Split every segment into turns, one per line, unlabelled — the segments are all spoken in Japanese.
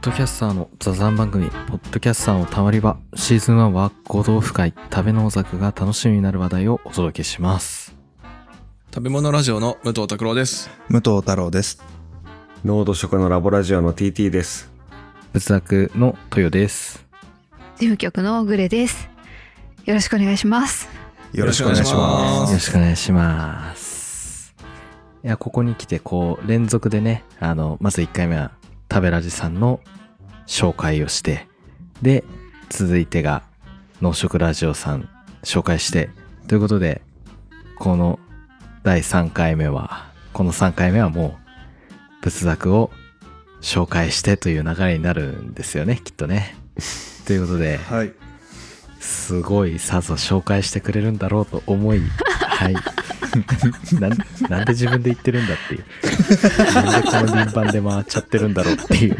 ドキャスターの座談番組、ポッドキャスターのたまり場、シーズン1は、ご豆腐会、食べ農作が楽しみになる話題をお届けします。
食べ物ラジオの武藤拓郎です。
武藤太郎です。
濃度食のラボラジオの TT です。
仏作の豊です。
事務局のグレです。よろしくお願いします。
よろしくお願いしま
よ
す。
ろしくお願いします。いや、ここに来て、こう、連続でね、あの、まず1回目は、食べラジさんの紹介をして、で、続いてが、農食ラジオさん紹介して、ということで、この第3回目は、この3回目はもう、仏作を紹介してという流れになるんですよね、きっとね。ということで、
はい。
すごいさぞ紹介してくれるんだろうと思い はいなんなんで自分で言ってるんだっていうなんでこの輪番で回っちゃってるんだろうっていう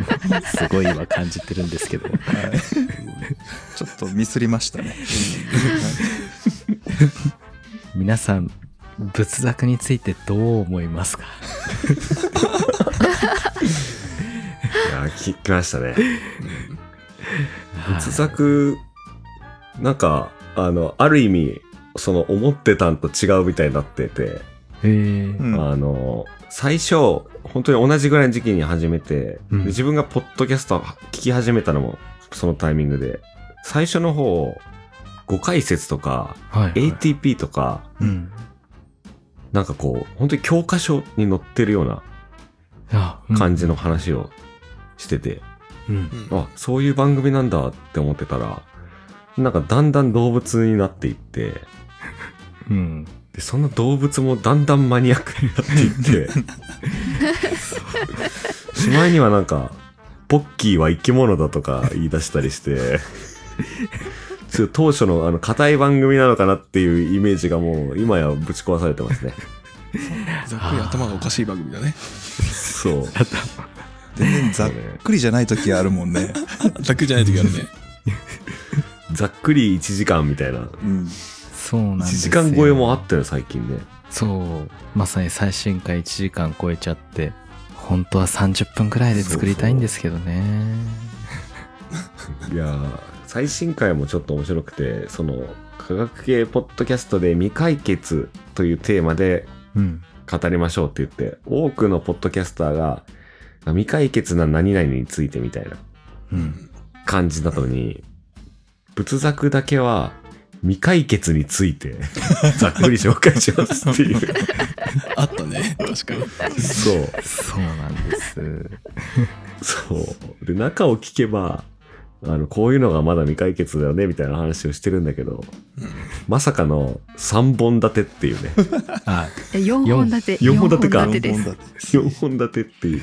すごい今感じてるんですけど
ちょっとミスりましたね。
皆さん仏作についてどう思いますか
いやー、き来ましたね。 仏作、なんか、あの、ある意味、その、思ってたんと違うみたいになってて、
へえ
うん
あの、最初、本当に同じぐらいの時期に始めて、
うん
で自分がポッドキャストを聞き始めたのも、そのタイミングで、最初の方、5解説とか、
はい
ATP とか、
うん。
なんかこう、本当に教科書に載ってるような
あうん
感じの話をしてて、
うん
うん
あ、そういう番組なんだって思ってたら、なんかだんだん動物になっていって、
うん
で、その動物もだんだんマニアックになっていって、しまいにはなんか、ポッキーは生き物だとか言い出したりして、ちょっと当初のあの、硬い番組なのかなっていうイメージがもう、今やぶち壊されてますね。
ざっくり頭がおかしい番組だね。
そう。
全然ざっくりじゃない時あるもん ね。
ざっくりじゃない時あるね。
ざっくり1時間みたいな。
うん。
そうなん
1
です
時
よ
間超えもあったよ、最近ね。
そうまさに最新回1時間超えちゃって本当は30分くらいで作りたいんですけどね
いやー最新回もちょっと面白くてその科学系ポッドキャストで未解決というテーマで
うん
語りましょうって言って多くのポッドキャスターが未解決な何々についてみたいな
うん
感じなのに仏作だけは未解決につい てざっくり紹介しますっていう
あったね。確かに。
そう
そうなんです。
そう。で、中を聞けば、あの、こういうのがまだ未解決だよね、みたいな話をしてるんだけど、
うん
まさかの3本立てっていうね。
あ、
え四
四
本立て。
四本立てか
四本です。
本だって
4本立てっていう。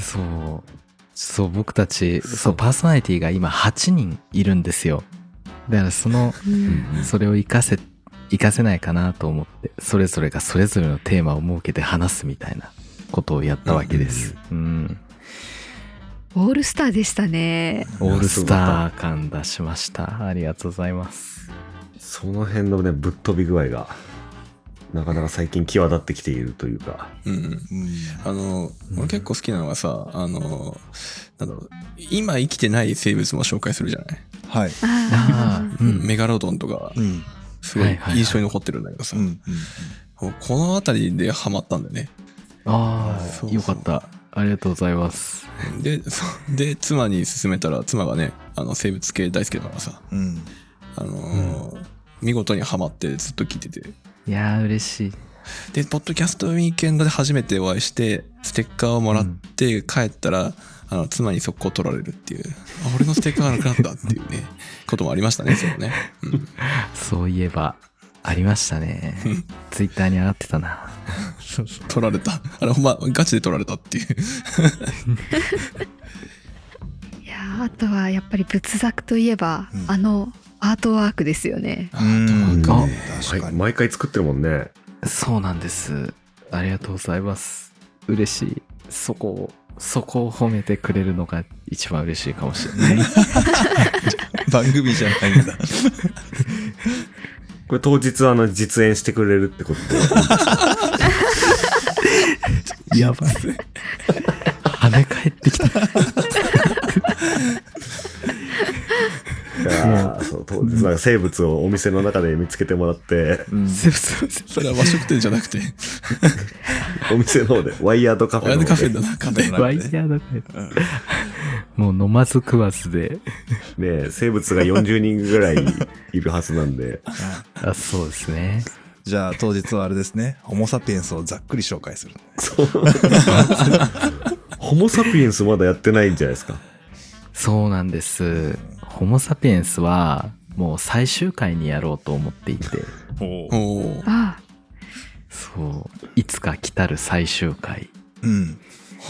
そう。そう、僕たち、
そう
そう、パーソナリティが今8人いるんですよ。だからその、
うん
それを活かせ、活かせないかなと思って、それぞれがそれぞれのテーマを設けて話すみたいなことをやったわけです。うん。
オールスターでしたね。
オールスター感出しました。ありがとうございます。
その辺のね、ぶっ飛び具合が、なかなか最近際立ってきているというか。
うん。
うん。
あの、俺結構好きなのがさ、あの、なんだろう、今生きてない生物も紹介するじゃない。
はい。
あ
あー、うん。
メガロドンとか
う、ん。
すご
はい
い
はいはい
印象に残ってるんだけどさ、
うん。
もうこの辺りでハマったんだよね。
ああ、
そうそう
よかった。ありがとうございます。
で、そう で、妻に勧めたら、妻がね、あの生物系大好きだからさ、
うん。
あのー見事にハマってずっと聞いてて。
いやー、嬉しい。
で、ポッドキャストウィーケンドで初めてお会いして、ステッカーをもらって帰ったら、あの妻に速攻取られるっていう、あ俺のステッカーがなくなったっていう ね、こともありましたね、そのね。うん、
そういえば、ありました ね。ツイッターに上がってたな。
取られた。あれ、ほんま、ガチで取られたっていう。
ーいやー、あとはやっぱり仏作といえば、
うん
あのアートワークですよね。
うん。
あ
確か
はい
に。
毎回作ってるもんね。
そうなんです。ありがとうございます。嬉しい。そこを、そこを褒めてくれるのが一番嬉しいかもしれ ない。
番組じゃないんだ。
これ当日あの実演してくれるってことで。
やばい。跳ね返ってきた。
やーそうとなんか生物をお店の中で見つけてもらって、
うん
セブスそれは和食店じゃなくて、
お店の方で、ワイヤードカフ
ワ
ェ
イ
の
ルドカフ
方
ェ
で
の中で。
ワイヤーだね
うん
もう飲まず食わずで。
ね、生物が40人ぐらいいるはずなんで、
あ、そうですね。
じゃあ当日はあれですね、ホモ・サピエンスをざっくり紹介する。
そう。 ホモ・サピエンスまだやってないんじゃないですか。
そうなんです。ホモ・サピエンスは、もう最終回にやろうと思っていて、
おおー。
あ
そう、いつか来たる最終回、
うん。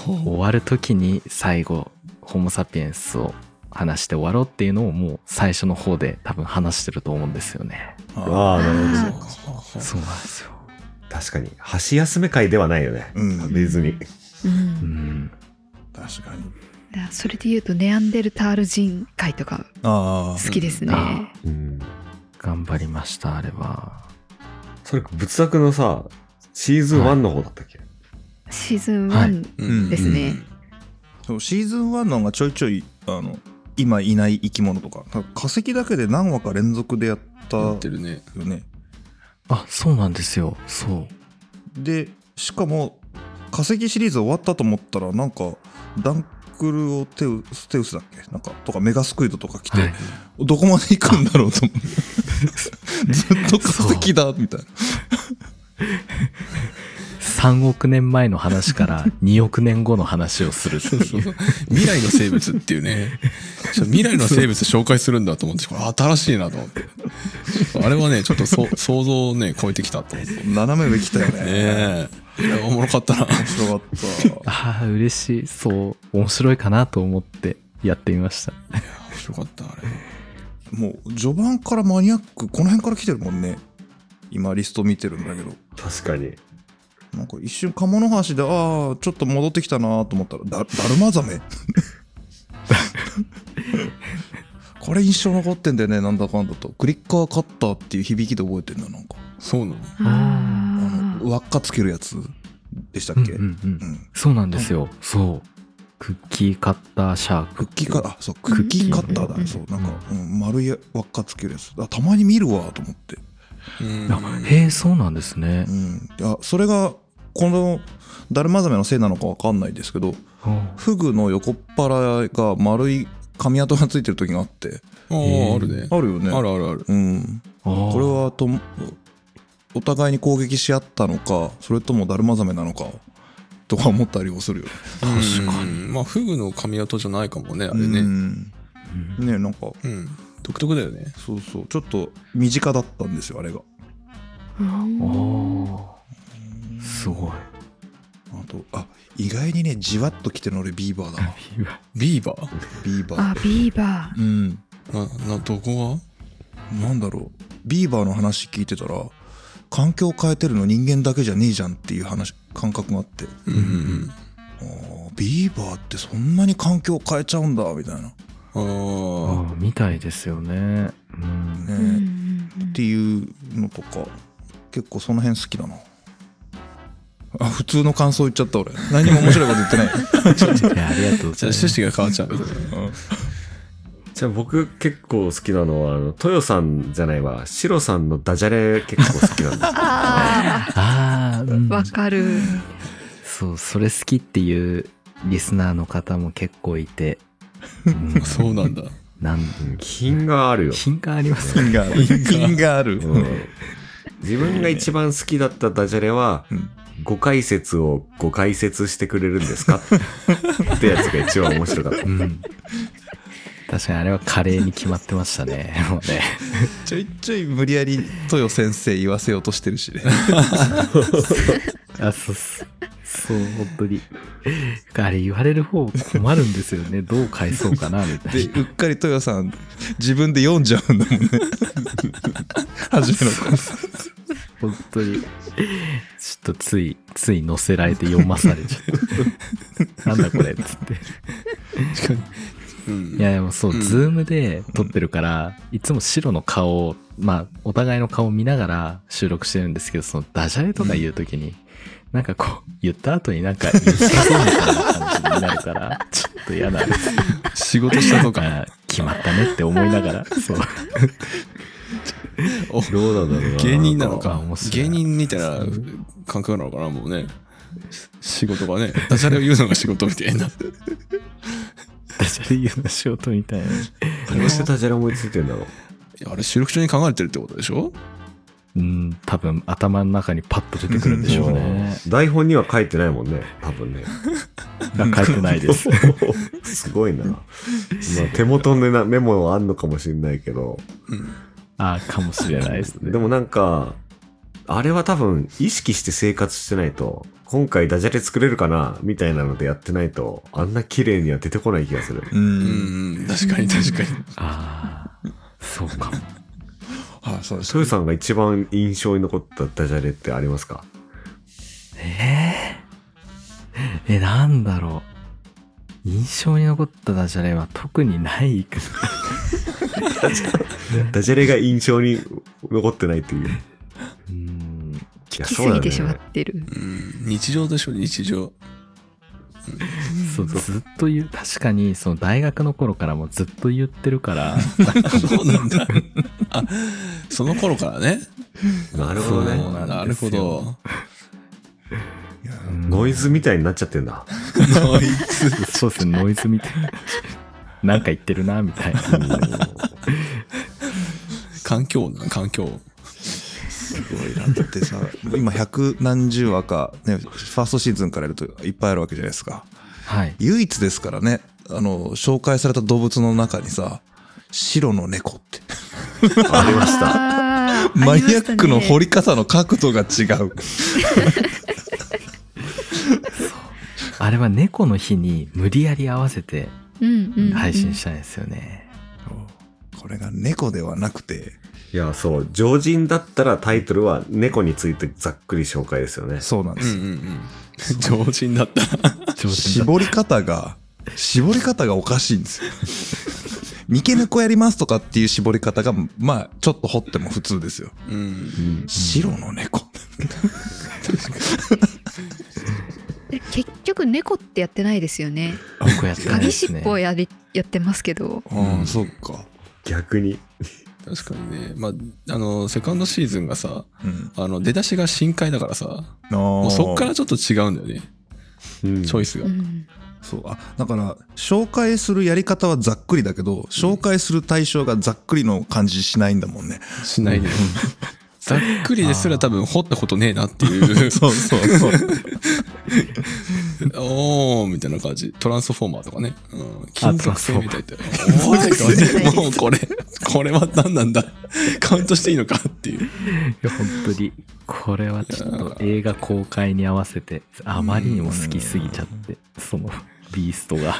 終わる時に最後、ホモ・サピエンスを話して終わろうっていうのをもう最初の方で多分話してると思うんですよね。
ああ
ああ、なるほど。
あ
そうなんですよ。
確かに。箸休め会ではないよね。
うん
確実に。
ーう
うんん。
確かに。
だからそれで言うとネアンデルタール人会とか
あ
好きですね
あ
うん
頑張りました、あれは。
それ、仏作のさ、シーズン1の方だったっけ、
シーズン
はい
1
うん
ですね、
あ。そうシーズン1のがちょいちょい、あの、今いない生き物とか、なんか化石だけで何話か連続でやった
や
よ
ってるね。
ね。
あ、そうなんですよ。そう。
で、しかも、化石シリーズ終わったと思ったら、なんか、ダンクルをテウス、テウスだっけなんか、とかメガスクイドとか来て、
はい
どこまで行くんだろうと思 って。ずっと化石だ、みたいな。
3億年前の話 から2億年後の話をするっていう。
未来の生物っていうね。ちょ未来の生物紹介するんだと思って、これ新しいなと思って。あれはね、ちょっとそ想像をね、超えてきたと思って。ね
斜め上来たよね。
え。いやおもろかったな。
面白かっ
ああ、嬉しい。そう。面白いかなと思ってやってみました。
面白かった、あれ。
た。もう、序盤からマニアック、この辺から来てるもんね。今、リスト見てるんだけど。
確かに。
なんか一瞬、カモノハシで、ああ、ちょっと戻ってきたなと思ったら、だ、だるまザメ。 これ印象残ってんだよね、なんだかんだと。クリッカーカッターっていう響きで覚えてんだ、なんか。
そうなの
あ
あ
の、輪っかつけるやつでしたっけ、
う
うんん、
うんうんそうなんですよ。そう。クッキーカッターシャーク
ク
っ
ッ
て
キ
い
ー
う。
カッター、あ、そう、クッキーカッター
うん
だ。そう、なんか、うん、丸い輪っかつけるやつ。あ、たまに見るわ、と思って。
うん。
あへえ、そうなんですね
う。ん。あ、それが、この、ダルマザメのせいなのかわかんないですけど、
うん
フグの横っ腹が丸い髪跡がついてる時があって、
ああ、あるね。
あるよね。
あるあるある。
うん。
あー
これはとも、お互いに攻撃し合ったのか、それともダルマザメなのか、とか思ったりもするよね。
確かに。まあ、フグの髪型じゃないかもね、あれ
う
ね。
ん
うん
ね、なんか、
うん。独特だよね。
そうそう、ちょっと身近だったんですよ、あれが。
あーすごい。
あと、あ、意外にね、じわっと来てるの俺ビーバ ーだな。
ビーバー
ビーバー。
あビーバ
うん。
な、な、どこが
なんだろう。ビーバーの話聞いてたら、環境を変えてるの人間だけじゃねえじゃんっていう話、感覚があって。
うんうん
あービーバーってそんなに環境を変えちゃうんだ、みたいな。ね
あ
うん。ああ。
ーみたいですよね。うん。
ー、うんうんうん
っていうのとか結構その辺好きだなあ普通の感想言っちゃった俺何も面白いこと言ってない
いやありがとうご
じ
ざい
ゃあ
ます。
趣旨が変わっちゃう。
じゃあ僕結構好きなのは、あの、豊さんじゃないわ、シロさんのダジャレ結構好きなん です。
あ
ああ、うん
ーわかる
そう、それ好きっていうリスナーの方も結構いて、うん
そうなんだ。
なん
うん品があるよ。
品がありますね。
品がある品がある
うん自分が一番好きだったダジャレは、
うん
ご解説をご解説してくれるんですかってやつが一番面白かった。
うん。確かにあれは華麗に決まってましたね。もうね。
ちょいちょい無理やり豊先生言わせようとしてるしね
あ、そうっす。そう、本当に。あれ言われる方困るんですよね。どう返そうかな、みた
で
いな。
うっかり豊さん自分で読んじゃうんだもんね初めの頃
本当に。ちょっとつい、つい載せられて読まされちゃった。なんだこれっつって。
確かに。う
い
ん。
やでもそう、
うん
ズームで撮ってるから、いつも白の顔を、まあ、お互いの顔を見ながら収録してるんですけど、そのダジャレとか言うときに、なんかこう、言った後になんか、言ったそうみたいな感じになるから、ちょっっと嫌な。
仕事したとか
あ決まったねって思いながら。そう。
どうなんだろうな。
芸人なの
あ
か
面白い
芸
な
人みたいな感覚なのかなもうね仕事がねダジャレを言うのが仕事みたいな
ダジャレ言うの仕事みたいな。
どうしてダジャレ思いついてんだろう。
いやあれ収録中に考えてるってことでしょ
うん、多分頭の中にパッと出てくるんでしょうね。
台本には書いてないもんね。多分 ね。
書いてないです。
すごいな。まあ、手元になメモはあんのかもしれないけど。
ああ、かもしれないですね。
でもなんか、あれは多分意識して生活してないと、今回ダジャレ作れるかなみたいなのでやってないと、あんな綺麗には出てこない気がする。
う。
うんん確かに確かに
ああ、そうかも。
あそうです。
トヨさんが一番印象に残ったダジャレってありますか
え ええ、なんだろう。印象に残ったダジャレは特にないか
ダジャレが印象に残ってないという。い
な。うん。
や
来す
そうだ
ぎ
よ
てしまっ
ね。
てる。
うん日常でしょ日常
そう、ずっと言う。確かに、その大学の頃からもずっと言ってるから、なんか
そうなんだあその頃からね
なるほど
そう
ね。
なんですよ
なるほど
ノイズみたいになっちゃってん だ。
ノイズ
そうですね、ノイズみたいな。なんか言ってるな、みたいな。
うん
環境音だな環境音
すごいな。だってさ、今百何十話か、ね、ファーストシーズンからやるといっぱいあるわけじゃないですか。
はい。
唯一ですからね、あの、紹介された動物の中にさ、白の猫って。
ありました。
あー
マニアックの掘
り
り方の角度が違う。
あれは猫の日に無理やり合わせて
ましたね、うんうんうん
配信したんですよね。
これが猫ではなくて、
いや、そう。常人だったらタイトルは猫についてざっくり紹介ですよね。
そうなんで
うんう
す。
んうん常人だった
上手だっ
絞り方が、絞り方がおかしいん ですよ。三毛猫やりますとかっていう絞り方が、まあ、ちょっと掘っても普通ですよ。
うん
白の猫。
え結局猫ってやってないですよね
た。僕やってないで
鍵
す
尻
ね
尾。をやりやってますけど
ああ、そっか。
逆に。
確かにねまああのセカンドシーズンがさ
うん。
あの出だしが深海だからさ
も
もうそっからちょっと違うんだよね
うん
チョイス
う
が
ん
そうあだから紹介するやり方はざっくりだけど紹介する対象がざっくりの感じしないんだもんね、
しないでざっくりですら多分掘ったことねえなって いう
う そう そう
おーみたいな感じトランスフォーマーとかね、うん、金属製みたいなお
ォーマー
ー
金属
みたい
製
なもうこれこれは何なんだカウントしていいのかってい
い
う
や本当にこれはちょっと映画公開に合わせてあまりにも好きすぎちゃってそのビースト が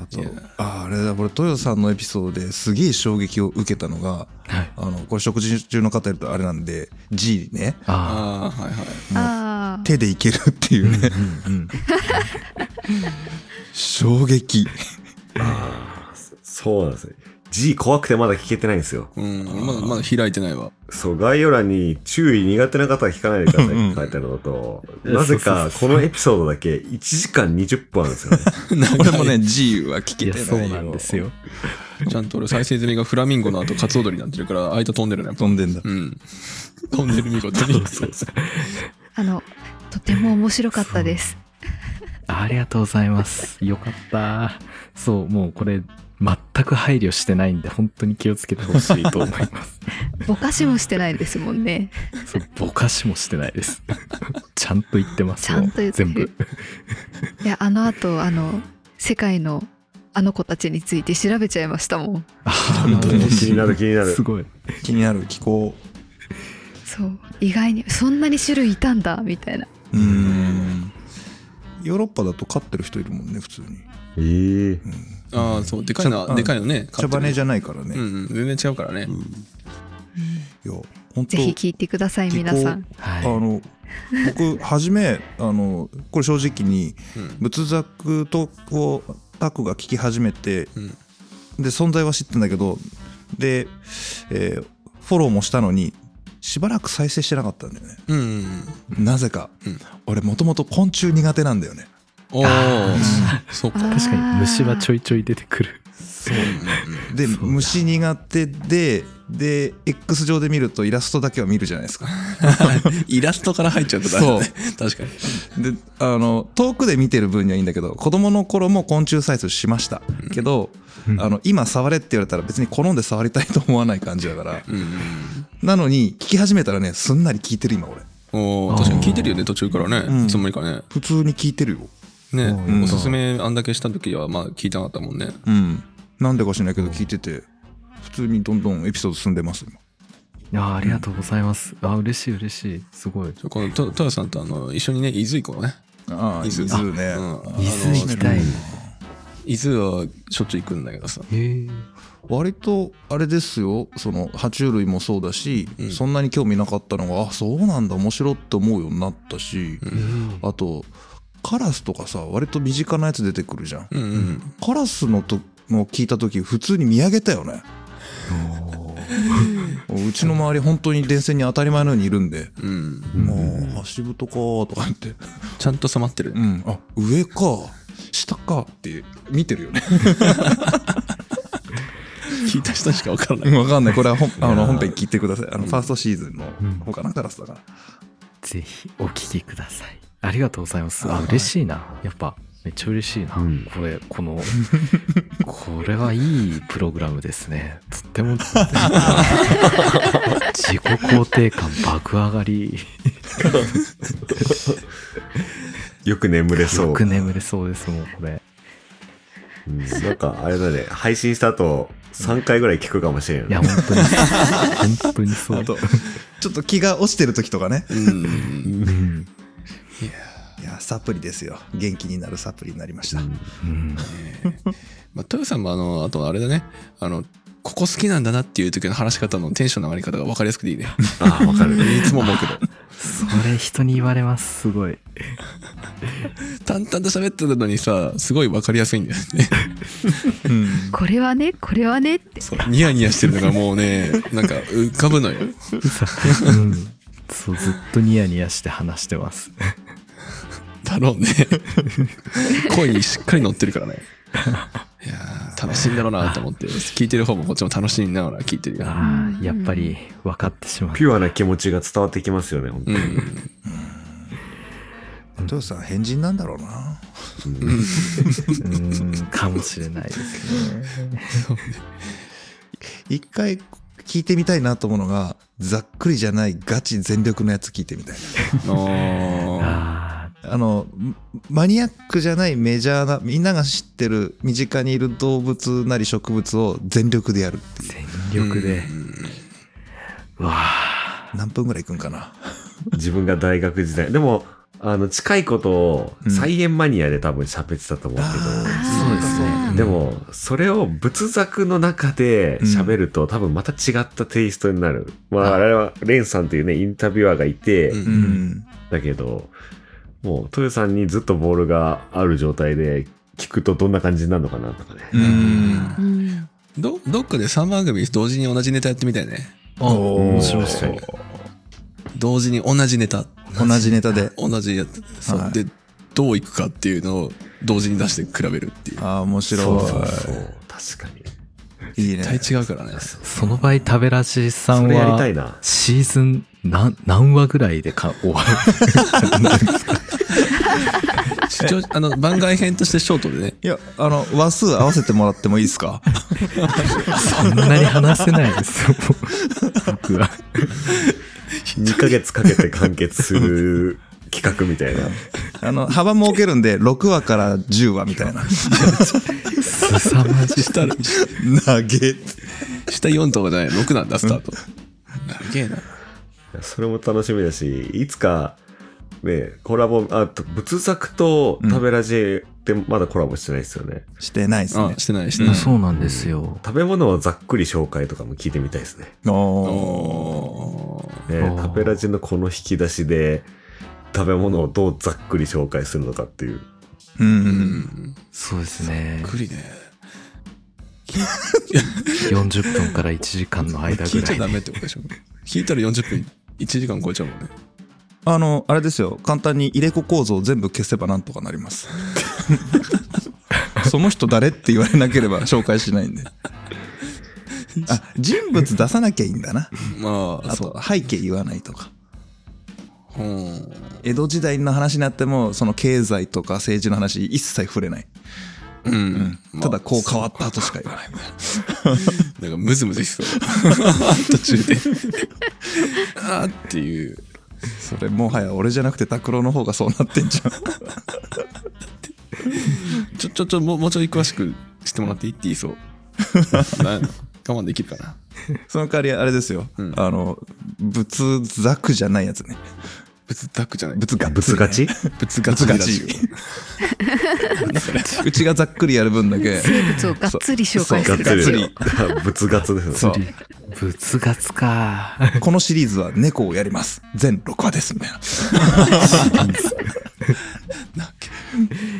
あとああれだこれ豊さんのエピソードですげえ衝撃を受けたのが、
はい
あのこれ食事中の方いるとあれなんで G ね
あ
ああはいはい
あー
手でいけるっていうね、衝撃
そうなんですね。G 怖くてまだ聞けてないんですよ。
うんまだまだ開いてないわ
そう、概要欄に注意苦手な方は聞かないでくださいって書いてあるのと、なぜかこのエピソードだけ1時間20分あるんですよね。
俺もね G は聞
い
け
や
てないよ
そうなんですよ
ちゃんと俺再生済みがフラミンゴの後カツオドリになってるから間飛んでるね
飛んでんだ
うん飛んでる見事に
あのとても面白かったです
ありがとうございますよかったそうもうこれ全く配慮してないんで本当に気をつけてほしいと思います
ぼかしもしてないですもんね
そうぼかしもしてないですちゃんと言ってます
ちゃんと言って
全
る
部
いやあのあとあの世界のあの子たちについて調べちゃいましたもん
あ
本当に気になる気になる
す。ごい
気になる気候
そう意外にそんなに種類いたんだみたいな
うーんヨーロッパだと飼ってる人いるもんね普通に
えー
ああそうでかい
ちゃ
な
うん
でかいのね
茶羽じ
ゃ
ゃないからね、
うんうん全然違うからね
いや本当
ぜひ聞いてください皆さん
はい
あの僕初めあのこれ正直に
うん
仏作とこうタクが聞き始めて
うん
で存在は知ってんだけどで、えーフォローもしたのにしばらく再生してなかったんだよね
うんうん
なぜか、
うん
俺もともと昆虫苦手なんだよね
お
あ
おそう か
確かに虫はちょいちょい出てくる。
そううん
で
そうだ
虫苦手でで X 上で見るとイラストだけは見るじゃないですか
うんイラストから入っちゃうとダメだね確かに
であの遠くで見てる分にはいいんだけど子供の頃も昆虫採取しましたけど、
うん
あの今触れって言われたら別に好んで触りたいと思わない感じだから
うんうん
なのに聞き始めたらねすんなり聞いてる今俺
おー確かに聞いてるよね途中からね、
うん
いつの間にかね
普通に聞いてるよ
ね、
うん
おすすめあんだけした時はまあ聞いてなかったもんね
うんなんでか知らないけど聞いてて普通にどんどんエピソード進んでます今
いやーありがとうございます。あ嬉しい嬉しい。すごい。
そうこのと豊さんとあの一緒にね伊豆行こうね
ああ
伊
伊
豆
豆ね
うん
あの
伊豆行きたい。
伊豆はしょっちゅう行くんだけどさ
へー
割とあれですよその爬虫類もそうだし、
うん
そんなに興味なかったのがあそうなんだ面白いって思うようになったし、
う
うんん
あとカラスとかさ割と身近なやつ出てくるじゃん
うんうん
カラスのとの聞いた時普通に見上げたよね うちの周り本当に電線に当たり前のようにいるんで
うん、うん
「もうハシブトか」とか言って
ちゃんと染まって
「
る、
うんあ上か下か」って見てるよね
聞いた人しか分からない
わかんないこれは本あ
いや
の
ー
本編聞いてくださいあのファーストシーズンの
うん
他のカラスだから
ぜひお聞きください。ありがとうございます。
は
あ
い
嬉しいな。やっぱめっちゃ嬉しいな。
うん
これこのこれはいいプログラムですね。とっても 自己肯定感爆上がり。
よく眠れそう
よく眠れそうですもんこれ。
うんなんかあれだね配信した後3回ぐらい聞くかもしれん
いや
ね
本当に本当にそう。
あと ちょっと気が落ちてる時とかね
うん
うん
いやサプリですよ元気になるサプリになりました、
うん
まあ、豊さんもあのあとあれだねあのここ好きなんだなっていう時の話し方のテンションの上がり方が分かりやすくていいね
ああわかる
いつも思うけ ど
それ人に言われますすごい。
淡々と喋ってるのにさすごい分かりやすいんだよね
うん
これはねこれはねって
そうニヤニヤしてるのがもうねなんか浮かぶのよ
うん、そうずっとニヤニヤして話してます。
だろうね声にしっかり乗ってるからねいやー楽しいんだろうなと思って聞いてる方もこっちも楽しみながら聞いてるよ
ああやっぱり分かってしまう
ピ。ュアな気持ちが伝わってきますよね本当
う
に
ん
豊田さん変人なんだろうな
うんかもしれないですね。
一回聞いてみたいなと思うのがざっくりじゃないガチ全力のやつ聞いてみたい
あ
あ
あのんマニアックじゃないメジャーなみんなが知ってる身近にいる動物なり植物を全力でやるって
ー
いう
全力で。うわあ
何分ぐらいいくんかな
自分が大学時代でもあの近いことを
うん
菜園マニアで多分喋ってたと思うけ
あ
そうですね。
あー
どでもそれを仏作の中で喋ると多分また違ったテイストになるまああれはレンさんっていうねインタビュアーがいて
うん
うん
だけどもう豊さんにずっとボールがある状態で聞くとどんな感じになるのかなとかね
うん
ん
うん
どどっかで3番組同時に同じネタやってみたいね
面白そう。
同時に同じネタ
同じネタで
同じやつそう、
はい
でどういくかっていうのを同時に出して比べるっていう
ああ面白い
そうそうそう確かに
いいね
絶対違うからね
その場合食べらしさ
そ
ん
れやりたい
は
な
シーズン何何話ぐらいでか終わる
一応あの番外編としてショートで ね
いやあの話数合わせてもらってもいいです か
そんなに話せないですよ僕は。
2ヶ月かけて完結する企画みた いな
あの幅設けるんで6話から10話みたい な
すさまじい。
下
投げ
下4とかじゃない6なんだスタートすげえな
それも楽しみだし、いつか、ね、コラボ、あ、と仏作と食べラジってまだコラボしてないですよね。
してないです
あ
ね
してないしてない、
そうなんですよ。
食べ物をざっくり紹介とかも聞いてみたいですね。
お
おー
ね
おー
食べラジのこの引き出しで、食べ物をどうざっくり紹介するのかっていう。
う
う
んん
そうですね
びっ。くりね
40分から1時間の間
聞
ぐ
いち
ら
ゃ
い
ダ
で。
メってことでしょ聞いたら40分1時間超えちゃうもんね。
あのあれですよ簡単に入れ子構造を全部消せばなんとかなります その人誰って言われなければ 紹介しないんであ人物出さなきゃいいんだな
まあ、
あ
そう
と。背景言わないとか
うん。
江戸時代の話になってもその経済とか政治の話一切触れない、
うん。まあ
ただこう変わったとしか言わないみたいな
なんかムズムズしそう。 途中で。 あーっていう。
それもはや俺じゃなくて拓郎の方がそうなって んじゃん
ちょ、ちょ、ちょ、もうもうちょい詳しくしてもらっていいって言い そう。な我慢できるかな。
その代わりあれですよ、
ん
あの仏作じゃないやつね
仏ザックじゃない。
仏が
ぶつが ち
仏ガ
つがち うちがざっくりやる分だけ
生物をがっつり紹介
がっ
する
つ
ラジ
り
オ。
ぶつがつですね。
そう
仏活か。
このシリーズは猫をやります全6話ですみたいな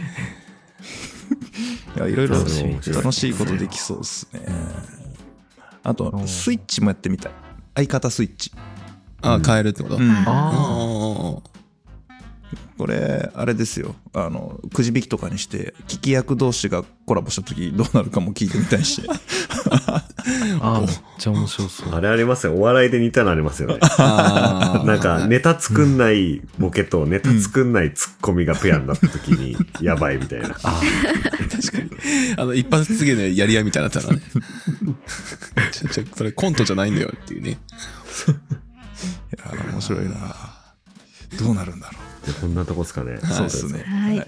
ないやいろいろ
楽しみ
楽しいことできそうですねあとスイッチもやってみたい相方スイッチ、
あー、変えるってこと
うん
あ
あ
ー
これあれですよあのくじ引きとかにして聞き役同士がコラボした時どうなるかも聞いてみたい し
あ、めっちゃ面白そう。
あれありますよ。お笑いで似たのありますよ ね。
あー。
なんか、ネタ作んないボケとネタ作んないツッコミがペアになった時に、 やばいみたいな。
確かに。あの、一発芸のやり合いみたいになったらね。ちょちょそれコントじゃないんだよっていうね。
いや面白いなどうなるんだろ
でこんなとこですかね。
うそうですね
はい。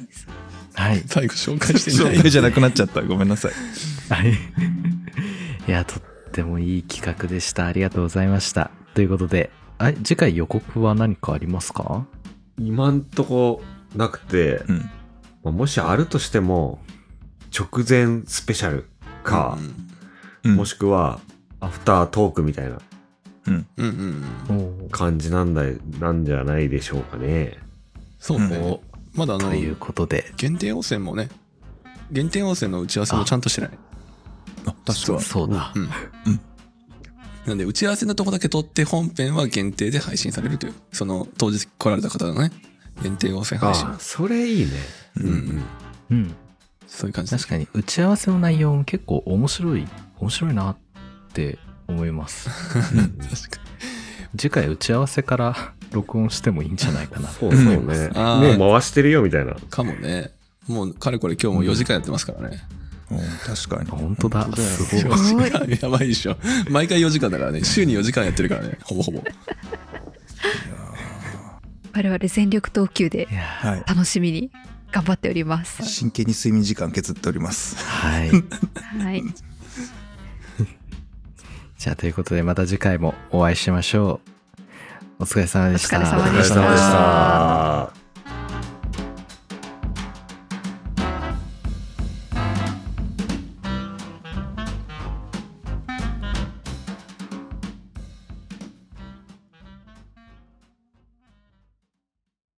はい。
最後紹介してない。
紹介じゃなくなっちゃったごめんなさい
はい。 いや、とってもいい企画でした。ありがとうございました。ということで、あ次回予告は何かありますか
今んとこなくて、
うん
まあもしあるとしても、直前スペシャルか、
うん
もしくは、アフタートークみたいな
うんうんうん。
感じなんだ、なんじゃないでしょうかね。
そうね。
うん
まだあの
と、いうことで、
限定温泉もね、限定温泉の打ち合わせもちゃんとしてない。
あ確かに
そうだ。
うん。なんで、打ち合わせのとこだけ撮って、本編は限定で配信されるという、その当日来られた方のね、限定温泉配信
ああ、。それいいね。
うんうん。
うん。
そういう感じです
確かに、打ち合わせの内容も結構面白い、面白いなって思います。
確か
次回打ち合わせから 録音してもいいんじゃないかな。
そうそうね。もう
あー
回してるよみたいな。
に。かもね。もう、かれこれ今日も4時間やってますからね。
うん確かに
本当だ。す ごい。
4時間 やばいでしょ。毎回4時間だからね。週に4時間やってるからね。ほぼほぼ。
我々全力投球で
いやー
はい
楽しみに頑張っております。
真剣に睡眠時間削っております
はい。
はい。
じゃあ、ということで、また次回もお会いしましょう。お疲れ様
お
でした。
疲れ様
お疲
で
れ
し。
様でしたた。